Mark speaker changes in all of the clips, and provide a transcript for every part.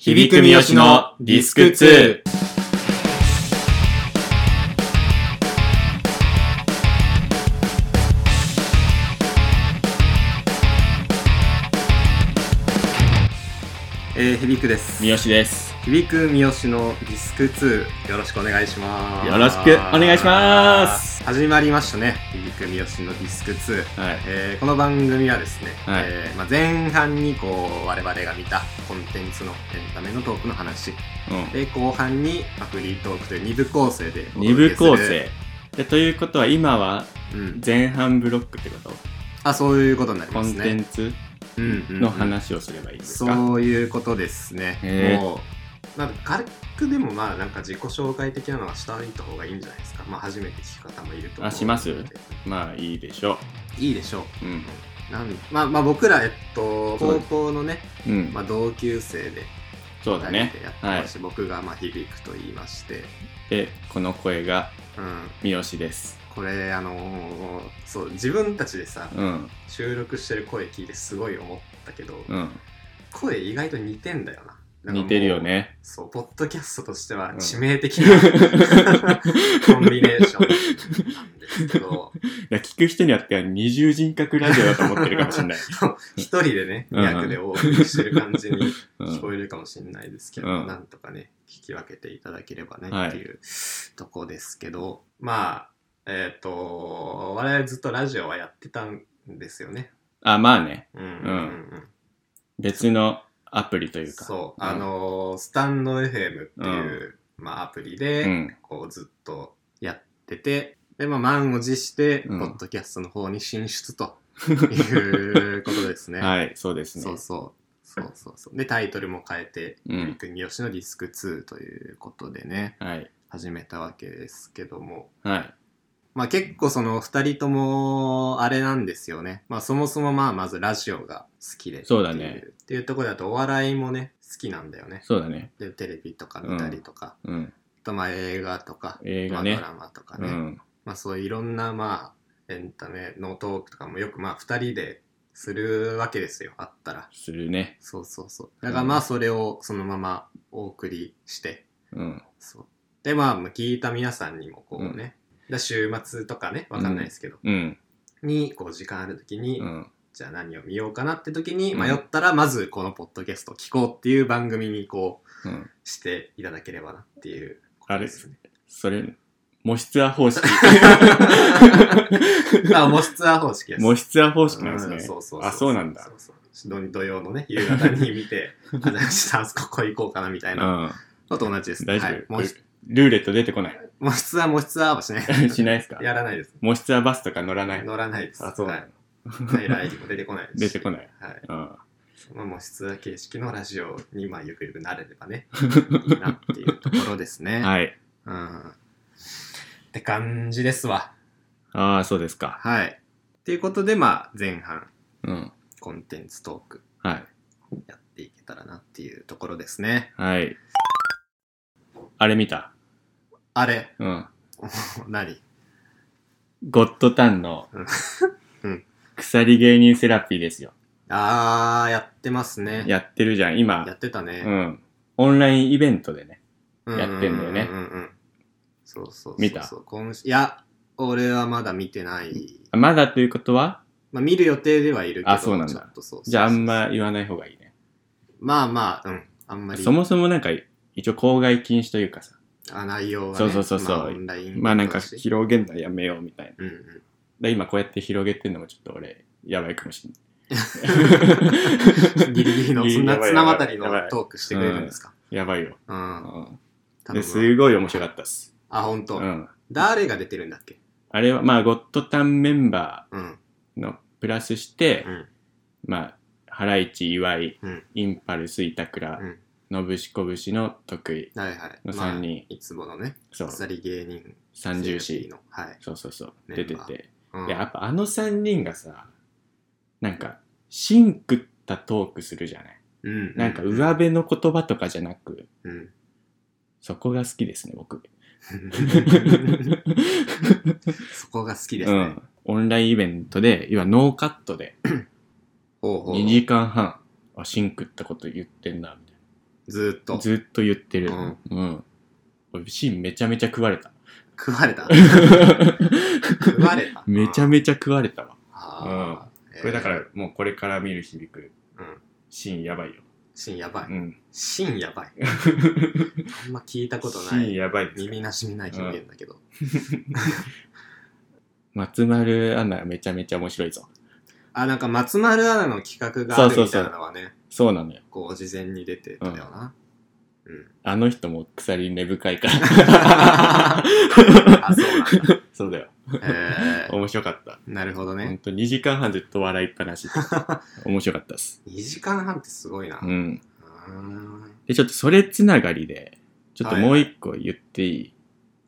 Speaker 1: 響く三好のディスク2。
Speaker 2: えー、響くです。
Speaker 1: 三好です。
Speaker 2: 響く三好のディスク2、よろしくお願いします。
Speaker 1: よろしくお願いします。
Speaker 2: 始まりましたね。響く三好のディスク2。
Speaker 1: はい。
Speaker 2: えーこの番組はですね、
Speaker 1: はい
Speaker 2: えーまあ、前半にこう我々が見たコンテンツのエンタメのトークの話で後半にまあフリートークという2部構成で
Speaker 1: うん。二部構成。でということは今は
Speaker 2: お届けする、うん、
Speaker 1: 前半ブロックってこと
Speaker 2: あそういうことになり
Speaker 1: コ
Speaker 2: ます
Speaker 1: ン
Speaker 2: ね
Speaker 1: テンツ
Speaker 2: うんうんうん
Speaker 1: の話をすればいいですか、
Speaker 2: そういうことですね。
Speaker 1: へー
Speaker 2: もう、なんか軽くでもまあなんか自己紹介的なのはしたいた方がいいんじゃないですか。まあ初めて聞く方もいると思うので
Speaker 1: あしますまあいいでしょ
Speaker 2: いいでしょ
Speaker 1: う。うん。
Speaker 2: う。なんまあまあ僕ら、えっと、
Speaker 1: そう
Speaker 2: 高校のね、
Speaker 1: うん。
Speaker 2: まあ同級生で、
Speaker 1: そうだね
Speaker 2: 二人でやっ。て
Speaker 1: は
Speaker 2: ま
Speaker 1: い
Speaker 2: し。て、僕がまあ響くと言いまして、
Speaker 1: で、この声が
Speaker 2: うん。
Speaker 1: 三好です。
Speaker 2: これ、あのーそう、自分たちでさ、
Speaker 1: うん。
Speaker 2: 収録してる声聞いてすごい思ったけど、
Speaker 1: うん。
Speaker 2: 声意外と似てんだよな。なんかもう
Speaker 1: 似てるよ。ね。
Speaker 2: そう、ポッドキャストとしては
Speaker 1: うん
Speaker 2: 致 命的な、コンビネーションなんですけ ど、
Speaker 1: いや聞く人によっては二重人格ラジオだと思ってるかもしれ ない。
Speaker 2: 一人でね、
Speaker 1: うん
Speaker 2: 役でお送りしてる感じに
Speaker 1: う
Speaker 2: 聞
Speaker 1: ん。
Speaker 2: こえるかもしれないですけど、
Speaker 1: うん
Speaker 2: なんとかね、聞き分けていただければね、
Speaker 1: はい
Speaker 2: っていうとこですけど、まあ、えっ、と、我々ずっとラジオはやってたんですよね。
Speaker 1: あ、まあね。
Speaker 2: うん。うん
Speaker 1: う
Speaker 2: うん
Speaker 1: 別のアプリというか。
Speaker 2: そう、
Speaker 1: ん
Speaker 2: あ、のースタンド FM っていう、まあ、アプリで、
Speaker 1: うん。
Speaker 2: こうずっとやってて、で、まあ、満を持して、
Speaker 1: うん
Speaker 2: ポッドキャストの方に進出ということで すね。
Speaker 1: はい、そうですね。
Speaker 2: そうそう。そうそうそう。で、タイトルも変えて、
Speaker 1: う
Speaker 2: ゆり
Speaker 1: ん。
Speaker 2: くん三好のディスク2ということでね、
Speaker 1: はい。
Speaker 2: 始めたわけですけども、
Speaker 1: はい。
Speaker 2: まあ結構その二人とも、あれなんですよね。まあそもそもまあまずラジオが好きでってい
Speaker 1: そうだね
Speaker 2: っていうところだとお笑いもね、好きなんだよね。
Speaker 1: そうだね。
Speaker 2: で、テレビとか見たりとか、
Speaker 1: うん。
Speaker 2: あとまあ映画とか、
Speaker 1: 映
Speaker 2: ま
Speaker 1: 画
Speaker 2: あ
Speaker 1: ね。
Speaker 2: ドラマとか
Speaker 1: う
Speaker 2: ね、
Speaker 1: ん。
Speaker 2: まあそういういろんなまあエンタメのトークとかもよくまあ2人でするわけですよあったら
Speaker 1: するね。
Speaker 2: そうそうそうだからまあそれをそのままお送りして
Speaker 1: うん。
Speaker 2: そうでまあ聞いた皆さんにもこうね、だ週末とかねわかんないですけど、
Speaker 1: うん。
Speaker 2: にこう時間ある時に、
Speaker 1: うん。
Speaker 2: じゃあ何を見ようかなって時に
Speaker 1: うん
Speaker 2: 迷ったらまずこのポッドキャストを聞こうっていう番組にこう
Speaker 1: うん。
Speaker 2: していただければなっていう
Speaker 1: あれ
Speaker 2: ですね
Speaker 1: それ、模質ア方式。
Speaker 2: まあ模質は方式です
Speaker 1: 模質ア方式なん
Speaker 2: う
Speaker 1: で
Speaker 2: ん
Speaker 1: す
Speaker 2: そ
Speaker 1: ね
Speaker 2: うそう。
Speaker 1: あ、そうなんだ。
Speaker 2: そうそう土土曜のね、夕方に見て、あ、じゃあ明日 あそこここ行こうかなみた
Speaker 1: う。
Speaker 2: いなんのと同じです。
Speaker 1: 大丈
Speaker 2: はい
Speaker 1: 夫
Speaker 2: もし。
Speaker 1: ルーレット出てこ ない。
Speaker 2: もし質はもし質ははしない。
Speaker 1: しないですか
Speaker 2: やらないです。
Speaker 1: 模質アバスとか乗らない。
Speaker 2: 乗らないです。
Speaker 1: あ、そう
Speaker 2: は
Speaker 1: ないの。
Speaker 2: 外来にも出てこないですし。
Speaker 1: 出てこない。
Speaker 2: はい。
Speaker 1: うん。
Speaker 2: まあ、もし質は形式のラジオに、まあ、ゆくゆくなれれ ばね、いいなっていうところですね。
Speaker 1: はい。
Speaker 2: うん。って感じですわ。
Speaker 1: ああ、そうですか。
Speaker 2: はい。っていうことで、まあ、前半、
Speaker 1: うん。
Speaker 2: コンテンツトーク
Speaker 1: はい。
Speaker 2: やっていけたらなっていうところですね。
Speaker 1: はい。あれ見た
Speaker 2: あれ、
Speaker 1: うん。
Speaker 2: 何
Speaker 1: ゴッドタンの
Speaker 2: うんうん、
Speaker 1: 鎖芸人セラピーですよ。
Speaker 2: あー、やってますね。や
Speaker 1: やってるじゃん、今。
Speaker 2: ってた
Speaker 1: う
Speaker 2: ね。
Speaker 1: ん。オンラインイベントでね。
Speaker 2: う
Speaker 1: やってんだよね
Speaker 2: ううんうん。そうそうそう。
Speaker 1: 見た
Speaker 2: 今週いや、俺はまだ見てない。
Speaker 1: あまだということは
Speaker 2: まあ見る予定ではいるけど、
Speaker 1: あそうなんだ
Speaker 2: ちょっとそうそうそう
Speaker 1: じゃああんま言わない方がいいね。
Speaker 2: まあまあ、うん。あんまり。
Speaker 1: そもそもなんか、一応公害禁止というかさ。
Speaker 2: あ内容は、ね。
Speaker 1: そうそうそうそう
Speaker 2: まあ、オンライン
Speaker 1: まあなんか
Speaker 2: だし
Speaker 1: 広げんのはやめようみたいな。
Speaker 2: う んうん。
Speaker 1: で今こうやって広げてんのもちょっと俺、やばいかもしんない。
Speaker 2: ギリギリの、そんな
Speaker 1: やばい
Speaker 2: 綱渡りの
Speaker 1: やばい
Speaker 2: トークしてくれるんですか。
Speaker 1: やばいよ。う
Speaker 2: う。
Speaker 1: んん。
Speaker 2: 頼
Speaker 1: で、
Speaker 2: むわ
Speaker 1: すごい面白かったっす。
Speaker 2: あ、ほんと
Speaker 1: う。ん。
Speaker 2: 誰が出てるんだっけ
Speaker 1: あれは、まあ、ゴッドタンメンバー、
Speaker 2: うん。
Speaker 1: のプラスして、
Speaker 2: うん
Speaker 1: まあハライチ岩井、
Speaker 2: うん
Speaker 1: インパルス板倉
Speaker 2: うん。
Speaker 1: のぶしこぶしの得意
Speaker 2: はいはい。
Speaker 1: の
Speaker 2: まあ
Speaker 1: 三人
Speaker 2: いつものね、
Speaker 1: そう
Speaker 2: 鎖芸人。
Speaker 1: 三重士
Speaker 2: の。はい。
Speaker 1: そうそうそう
Speaker 2: メン
Speaker 1: 出て
Speaker 2: バー
Speaker 1: て、
Speaker 2: うん
Speaker 1: でやっぱあの3人がさなんか芯食ったトークするじゃない、
Speaker 2: うん、
Speaker 1: なんか上辺の言葉とかじゃなく
Speaker 2: うん。
Speaker 1: そこが好きですね僕
Speaker 2: そこが好きです
Speaker 1: う
Speaker 2: ね。
Speaker 1: ん、オンラインイベントで要はノーカットで
Speaker 2: ほうほう
Speaker 1: 2時間半あ芯食ったこと言ってんなみたいな
Speaker 2: ずーっと。
Speaker 1: ずっと言ってる。
Speaker 2: うん
Speaker 1: うん。俺、芯めちゃめちゃ食われ た。
Speaker 2: 食われた。食われ た。
Speaker 1: めちゃ
Speaker 2: めち
Speaker 1: めちゃ食われたわ。
Speaker 2: ゃ。
Speaker 1: これだから、もうこれから見る響く
Speaker 2: うん、
Speaker 1: 芯やばいよ。
Speaker 2: シーンやばい。
Speaker 1: うん。
Speaker 2: シーンやば い。あんま聞いたことな
Speaker 1: 芯
Speaker 2: い。
Speaker 1: やばいですから
Speaker 2: 耳なしみない表現だけど。
Speaker 1: 松丸アナめちゃめちゃ面白いぞ。
Speaker 2: あ、なんか松丸アナの企画があるみたいなのはね、
Speaker 1: そうなのよ。
Speaker 2: こう事前に出てたよな。 うん。
Speaker 1: あの人も鎖根深いから。
Speaker 2: あ、そうなんだ。
Speaker 1: そうだよ。
Speaker 2: え
Speaker 1: 面白かった。
Speaker 2: ー、なるほど
Speaker 1: ほん
Speaker 2: ね。
Speaker 1: と2時間半ずっと笑いっぱなしで。面白かったっす。
Speaker 2: 2時間半ってすごいな。
Speaker 1: う。
Speaker 2: うんーん
Speaker 1: で、ちょっとそれつながりで、ちょっともう一個言っていい、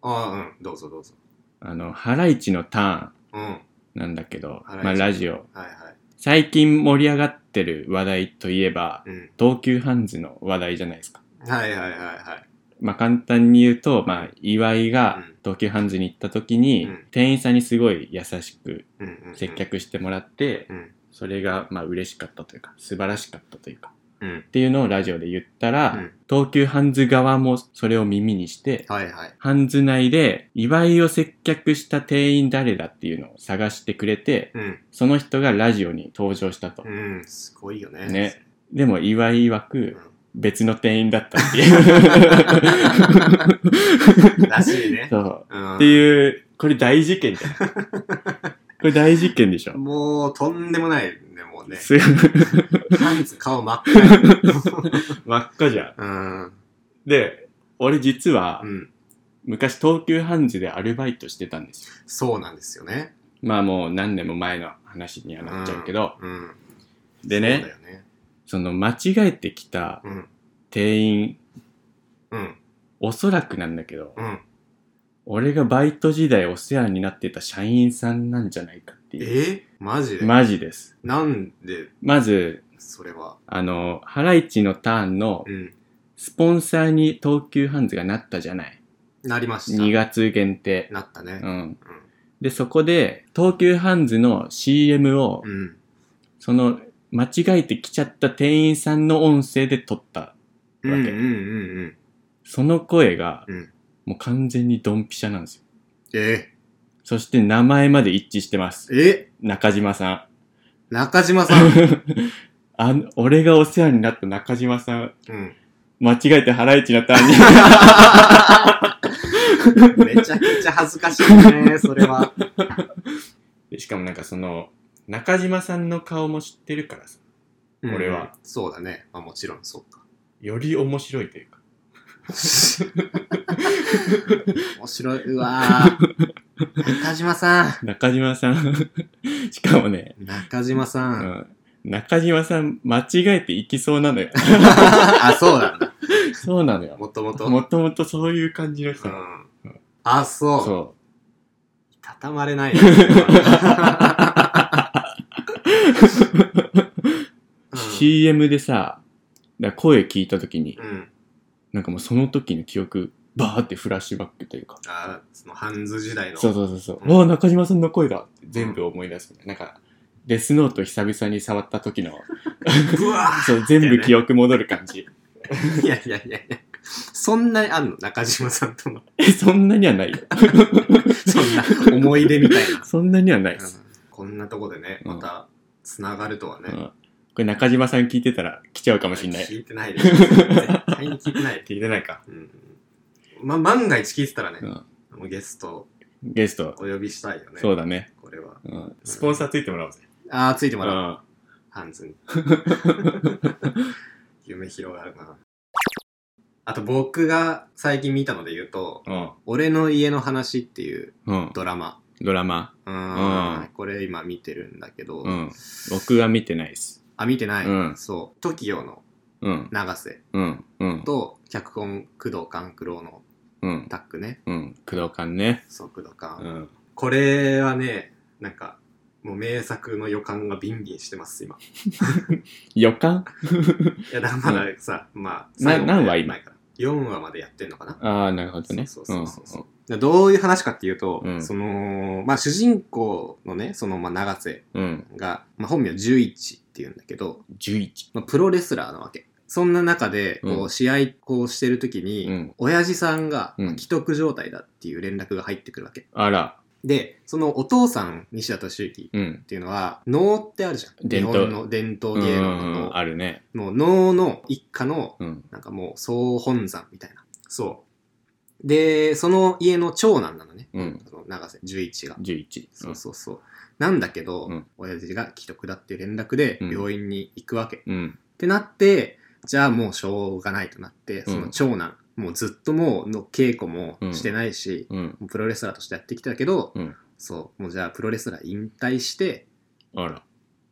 Speaker 2: あーうん、どうぞどうぞ。
Speaker 1: あの、ハライチのタ
Speaker 2: うん。はい
Speaker 1: ーンなんだけど、
Speaker 2: ハライチ
Speaker 1: まあラジオ。
Speaker 2: はい。
Speaker 1: 最近盛り上がってる話題といえば、
Speaker 2: うん。
Speaker 1: 東急ハンズの話題じゃないですか。
Speaker 2: はいはいはいはい。
Speaker 1: まあ簡単に言うと、まあ岩井が
Speaker 2: うん
Speaker 1: 東急ハンズに行った時に、
Speaker 2: うん
Speaker 1: 店員さんにすごい優しく
Speaker 2: うんうんうん。
Speaker 1: 接。客してもらって、
Speaker 2: うん。
Speaker 1: それがまあ嬉しかったというか、素晴らしかったというか、
Speaker 2: うん。
Speaker 1: っていうのをラジオで言ったら、
Speaker 2: うん
Speaker 1: 東急ハンズ側もそれを耳にして、
Speaker 2: はいはい。
Speaker 1: ハンズ内で岩井を接客した店員誰だっていうのを探してくれて、
Speaker 2: うん。
Speaker 1: その人がラジオに登場したと。
Speaker 2: うん。すごいよね。
Speaker 1: ね。でも岩井曰
Speaker 2: う
Speaker 1: く
Speaker 2: ん
Speaker 1: 別の店員だったって いう。
Speaker 2: らしいね
Speaker 1: そう。
Speaker 2: うん
Speaker 1: っていう、これ大事件じゃ ん。これ大事件でしょ。
Speaker 2: もう、とんでもないね、もうね。
Speaker 1: す
Speaker 2: パンツ顔真っ 赤に
Speaker 1: 真っ赤じゃん。
Speaker 2: うん。
Speaker 1: で、俺実は
Speaker 2: うん。
Speaker 1: 昔東急ハンズでアルバイトしてたんですよ。
Speaker 2: そうなんですよね。
Speaker 1: まあもう何年も前の話にはなっちゃうけど。
Speaker 2: うん。
Speaker 1: で
Speaker 2: そうだ
Speaker 1: ね、
Speaker 2: よね。
Speaker 1: その間違えてきた
Speaker 2: うん。
Speaker 1: 店員、
Speaker 2: うん。
Speaker 1: おそらくなんだけど、
Speaker 2: うん。
Speaker 1: 俺がバイト時代お世話になってた社員さんなんじゃないかって
Speaker 2: え
Speaker 1: いう。
Speaker 2: ーマジで、
Speaker 1: マジです。
Speaker 2: なんで、
Speaker 1: まず、
Speaker 2: それは。
Speaker 1: あの、ハライチのターンの
Speaker 2: うん。
Speaker 1: スポンサーに東急ハンズがなったじゃない。
Speaker 2: なりました。
Speaker 1: 2月限定。
Speaker 2: なったね
Speaker 1: う。ん。で、そこで、東急ハンズの CM を、
Speaker 2: うん。うん。
Speaker 1: その、間違えてきちゃった店員さんの音声で撮った。
Speaker 2: うんうんうんうん。
Speaker 1: その声が、
Speaker 2: うん
Speaker 1: もう完全にドンピシャなんですよ。
Speaker 2: え
Speaker 1: そして名前まで一致してます。
Speaker 2: え
Speaker 1: 中島さ
Speaker 2: 中島さ ん。
Speaker 1: ん。 あの、俺がお世話になった中島さん、
Speaker 2: うん。
Speaker 1: 間違えてハライチのターンに。
Speaker 2: めちゃくちゃ恥ずかしいね、それは。
Speaker 1: でしかもなんかその、中島さんの顔も知ってるからさ、
Speaker 2: うん
Speaker 1: 俺は。
Speaker 2: そうだね。まあもちろんそ うか。
Speaker 1: より面白いというか。
Speaker 2: 面白い。うわぁ。中島さん。
Speaker 1: 中島さん、 しかもね、
Speaker 2: 中島さ。
Speaker 1: うんん、中島さん間違えていきそうなのよ。
Speaker 2: あ、そうなんだ。
Speaker 1: そうなのよ。
Speaker 2: もともと。
Speaker 1: もともとそういう感じの
Speaker 2: う
Speaker 1: 人。
Speaker 2: んあ、そう。
Speaker 1: そ
Speaker 2: 畳まれ ないね。う
Speaker 1: う。
Speaker 2: ん
Speaker 1: CM でさ、だから声聞いた時に、
Speaker 2: うん。
Speaker 1: なんかもうその時の記憶、バーってフラッシュバックというか。
Speaker 2: あ、そのハンズ時代の。
Speaker 1: そうそうそうそう。
Speaker 2: うん
Speaker 1: わあ、中島さんの声だって全部思い出す、なんか、デスノート久々に触った 時の、
Speaker 2: うわぁ。
Speaker 1: そう、全部記憶戻る感じ。
Speaker 2: いやいやいやいや。そんなにあんの中島さんとの。
Speaker 1: え、 そんなにはないよ。
Speaker 2: そんな思い出みたいな。
Speaker 1: そんなにはないで
Speaker 2: うん
Speaker 1: す。
Speaker 2: こんなとこでね、
Speaker 1: う
Speaker 2: ま
Speaker 1: ん
Speaker 2: た、つながるとは
Speaker 1: うん。
Speaker 2: ね。
Speaker 1: これ中島さん聞いてたら来ちゃうかもしんない。
Speaker 2: 聞いてないです。絶対に聞いてない。
Speaker 1: 聞いてないか。
Speaker 2: うん。ま、万が一聞いてたらね
Speaker 1: う、ん。
Speaker 2: もうゲスト
Speaker 1: ゲスト
Speaker 2: お、呼びしたいよね。
Speaker 1: そうだね。
Speaker 2: これは。
Speaker 1: うん。スポンサーついてもらおうぜ。
Speaker 2: ああ、ついて
Speaker 1: う
Speaker 2: もらう。
Speaker 1: ん。
Speaker 2: ハンズに。夢広がるな。あと僕が最近見たので言うと、
Speaker 1: うん。
Speaker 2: 俺の家の話っていう
Speaker 1: うん。
Speaker 2: ドラマ。
Speaker 1: ドラマ。
Speaker 2: う
Speaker 1: う
Speaker 2: ー
Speaker 1: ん
Speaker 2: ん。これ今見てるんだけど、
Speaker 1: うん。僕は見てないです。
Speaker 2: あ、見てない。
Speaker 1: うん
Speaker 2: そう。TOKIO の
Speaker 1: うん。
Speaker 2: 永瀬
Speaker 1: うん。うん。
Speaker 2: と、脚本、工藤官九郎の
Speaker 1: うん。
Speaker 2: タッグね。
Speaker 1: うん。工藤館ね。
Speaker 2: そう、工藤官。
Speaker 1: うん。
Speaker 2: これはね、なんか、もう名作の予感がビンビンしてます、今。
Speaker 1: 予感
Speaker 2: いや、だからまださ、まあ、
Speaker 1: な
Speaker 2: 最後まで
Speaker 1: 何話今
Speaker 2: 前から ?4 話までやってんのかな
Speaker 1: ああ、なるほどね。
Speaker 2: そうそうそうそう。でどういう話かっていうと、
Speaker 1: うん
Speaker 2: その、まあ主人公のね、その、まあ長瀬
Speaker 1: うん。うん。
Speaker 2: が、まあ本名11っていうんだけど、
Speaker 1: 11。
Speaker 2: まあ、プロレスラーなわけ。そんな中で、
Speaker 1: うん
Speaker 2: こう、試合、こうしてる時に、
Speaker 1: うん
Speaker 2: 親父さんが、
Speaker 1: うん
Speaker 2: まあ既得状態だっていう連絡が入ってくるわけ。
Speaker 1: あら、
Speaker 2: で、そのお父さん、西田敏行
Speaker 1: うん
Speaker 2: っ。ていうのは、能ってあるじゃん。
Speaker 1: 伝統
Speaker 2: 日本の伝統芸能
Speaker 1: うんうんう
Speaker 2: の
Speaker 1: んあるね。
Speaker 2: 能。もう能の一家の、
Speaker 1: うん。
Speaker 2: なんかもう、総本山みたいな。そう。で、その家の長男なのね。
Speaker 1: うん。
Speaker 2: その長瀬十一が。
Speaker 1: 11。
Speaker 2: そうそうそう。なんだけど、
Speaker 1: うん
Speaker 2: 親父が既得だっていう連絡で
Speaker 1: うん
Speaker 2: 病院に行くわけ。っ
Speaker 1: うん。うん。
Speaker 2: てなって、じゃあもうしょうがないとなって、その長男、もうずっともうの稽古もしてないし、
Speaker 1: うん。
Speaker 2: もうプロレスラーとしてやってきてたけど、
Speaker 1: うん
Speaker 2: そう、もうじゃあプロレスラー引退して、
Speaker 1: あら。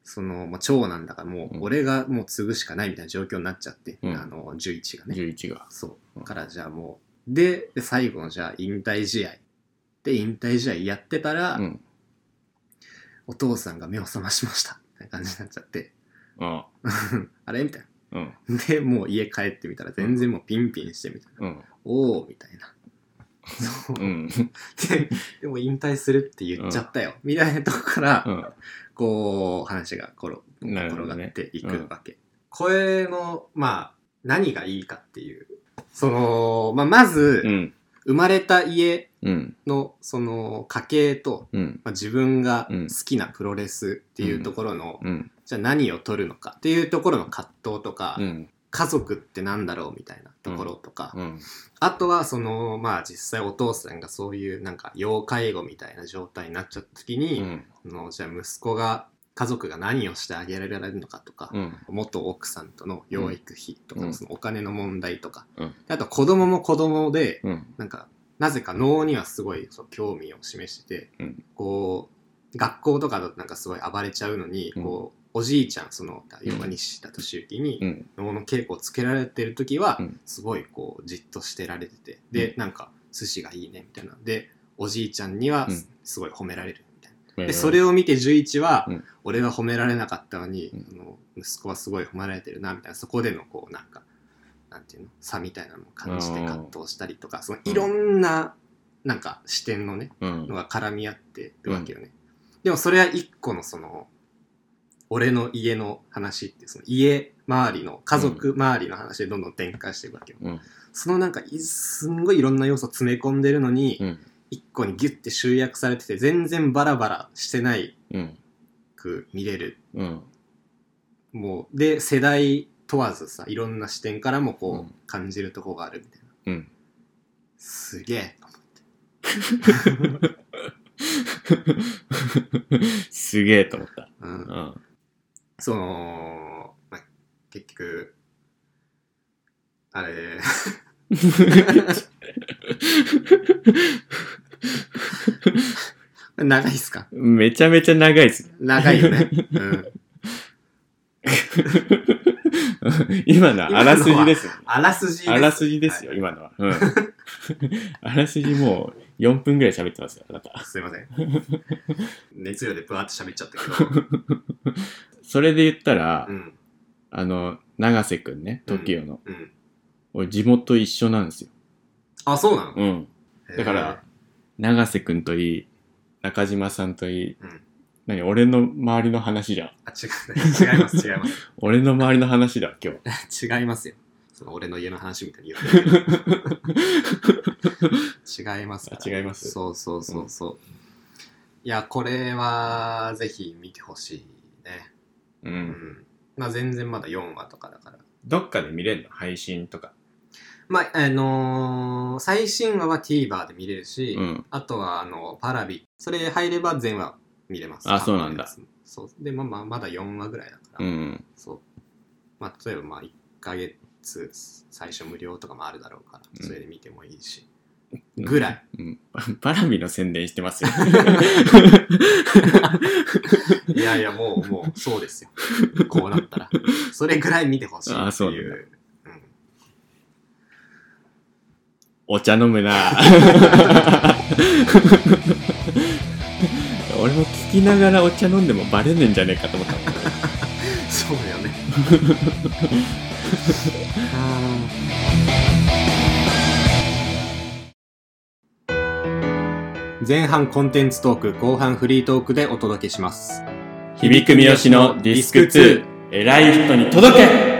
Speaker 2: その、まあ、長男だからもう
Speaker 1: うん
Speaker 2: 俺がもう継ぐしかないみたいな状況になっちゃって、
Speaker 1: うん
Speaker 2: あの、十一がね。
Speaker 1: 11が。
Speaker 2: そう
Speaker 1: うん
Speaker 2: からじゃあもうでで最後のじゃあ引退試合で引退試合やってたら、
Speaker 1: うん。
Speaker 2: お父さんが目を覚ましましたみたいな感じになっちゃって
Speaker 1: あ
Speaker 2: うんあれみたい
Speaker 1: あ。うん。
Speaker 2: なでもう家帰ってみたら全然もうピンピンしてみたいな、
Speaker 1: うん。
Speaker 2: おおみたいな そう
Speaker 1: うん。
Speaker 2: ででも引退するって言っちゃったよ、みたいなとこから、
Speaker 1: うん。
Speaker 2: こう話が転
Speaker 1: なるほ
Speaker 2: 転
Speaker 1: どね
Speaker 2: がっていくわけ、これのまあ何がいいかっていうその、まあ、まず、
Speaker 1: うん。
Speaker 2: 生まれた家
Speaker 1: うん。
Speaker 2: のその家系と、
Speaker 1: うん。
Speaker 2: まあ、自分が
Speaker 1: うん
Speaker 2: 好きなプロレスっていうところの、
Speaker 1: うん。
Speaker 2: じゃあ何を取るのかっていうところの葛藤とか、
Speaker 1: うん。
Speaker 2: 家族ってなんだろうみたいなところとか、
Speaker 1: うん。
Speaker 2: あとはそのまあ実際お父さんがそういうなんか要介護みたいな状態になっちゃった時に、
Speaker 1: うん。
Speaker 2: そのじゃあ息子が家族が何をしてあげられるのかとか、
Speaker 1: うん。
Speaker 2: 元奥さんとの養育費とか、
Speaker 1: うん
Speaker 2: そのお金の問題とか、
Speaker 1: うん
Speaker 2: あと子供も子供で、
Speaker 1: うん。
Speaker 2: なんか、なぜか能にはすごいそう興味を示してて、
Speaker 1: うん
Speaker 2: こう、学校とかだとなんかすごい暴れちゃうのに、
Speaker 1: うん
Speaker 2: こう、おじいちゃん、その、
Speaker 1: ん
Speaker 2: 要は西田敏行に、
Speaker 1: うん。
Speaker 2: 能の稽古をつけられてる時は、
Speaker 1: うん
Speaker 2: すごいこう、じっとしてられてて、で、なんか、寿司がいいね、みたいな。で、おじいちゃんには
Speaker 1: うん
Speaker 2: す、すごい褒められる、みたい
Speaker 1: う
Speaker 2: な。
Speaker 1: ん。
Speaker 2: で、それを見て十一は、
Speaker 1: うん
Speaker 2: 俺は褒められなかったのに、
Speaker 1: うん
Speaker 2: あの息子はすごい褒められてるなみたいなそこでのこうなんかなんていうの差みたいなのを感じて
Speaker 1: うん
Speaker 2: 葛藤したりとかそのいろんななんか視点のね
Speaker 1: うん。
Speaker 2: のが絡み合ってるわけよね、でもそれは一個のその俺の家の話ってその家周りの家族周りの話でどんどん展開していくわけよ、
Speaker 1: うん。
Speaker 2: そのなんかいすんごいいろんな要素詰め込んでるのに
Speaker 1: うん。
Speaker 2: 一個にギュッて集約されてて全然バラバラしてない
Speaker 1: うん。
Speaker 2: く見れる
Speaker 1: うん。
Speaker 2: もうで世代問わずさいろんな視点からもこう、
Speaker 1: うん
Speaker 2: 感じるとこがあるみたいな
Speaker 1: うん。
Speaker 2: すげえ
Speaker 1: すげえと思った。
Speaker 2: う
Speaker 1: うんん。
Speaker 2: その、まあ、結局あれ 長いっすか
Speaker 1: めちゃめちゃ長いっす。
Speaker 2: 長いよね、うん、
Speaker 1: 今のはあらすじです。
Speaker 2: あらすじです
Speaker 1: あらすじですよ、
Speaker 2: はい
Speaker 1: 今のは。うん。あらすじもう4分ぐらい喋ってますよ、あなた。
Speaker 2: すいませ ん熱量でぶわって喋っちゃったけど、
Speaker 1: それで言ったら、
Speaker 2: うん
Speaker 1: あの、永瀬くんね、
Speaker 2: うん
Speaker 1: TOKIO の。
Speaker 2: うん、
Speaker 1: 俺、地元一緒なんですよ。
Speaker 2: あそうなの、
Speaker 1: うん。だから、永瀬くんといい、中島さんといい、
Speaker 2: えーうん、
Speaker 1: 何、俺の周りの話じゃん。
Speaker 2: あ違う違い ます違います
Speaker 1: 俺の周りの話だ、今日。
Speaker 2: 違いますよ。その俺の家の話みたいに言わ ない。違いますから
Speaker 1: あ違います
Speaker 2: そうそうそうそう。いや、これはぜひ見てほしい
Speaker 1: う。
Speaker 2: ね。うんん。まあ全然まだ4話とかだから。
Speaker 1: どっかで見れるの配信とか。
Speaker 2: まあ、あのー最新話は TVer で見れるし、
Speaker 1: うん。
Speaker 2: あとはあの、パラビ。それ入れば全話見れます。
Speaker 1: あそうなんだ。
Speaker 2: そう。で、まあまあ、まだ4話ぐらいだから。
Speaker 1: うん。
Speaker 2: そう。まあ、例えば、まあ、1ヶ月、最初無料とかもあるだろうから、
Speaker 1: うん
Speaker 2: それで見てもいいし。ぐらい。
Speaker 1: うん。パラビの宣伝して ますよ。
Speaker 2: いやいや、もう、もう、そ うですよ。こうなったら。それぐらい見てほしいっていう。
Speaker 1: あそうなんだ
Speaker 2: うん
Speaker 1: お茶飲む な俺も聞きながらお茶飲んでもバレねえんじゃねえかと思ったもん
Speaker 2: そうだよ ね。あー前半コンテンツトーク、後半フリートークでお届けします。
Speaker 1: 響く三好のディスク2偉い人に届け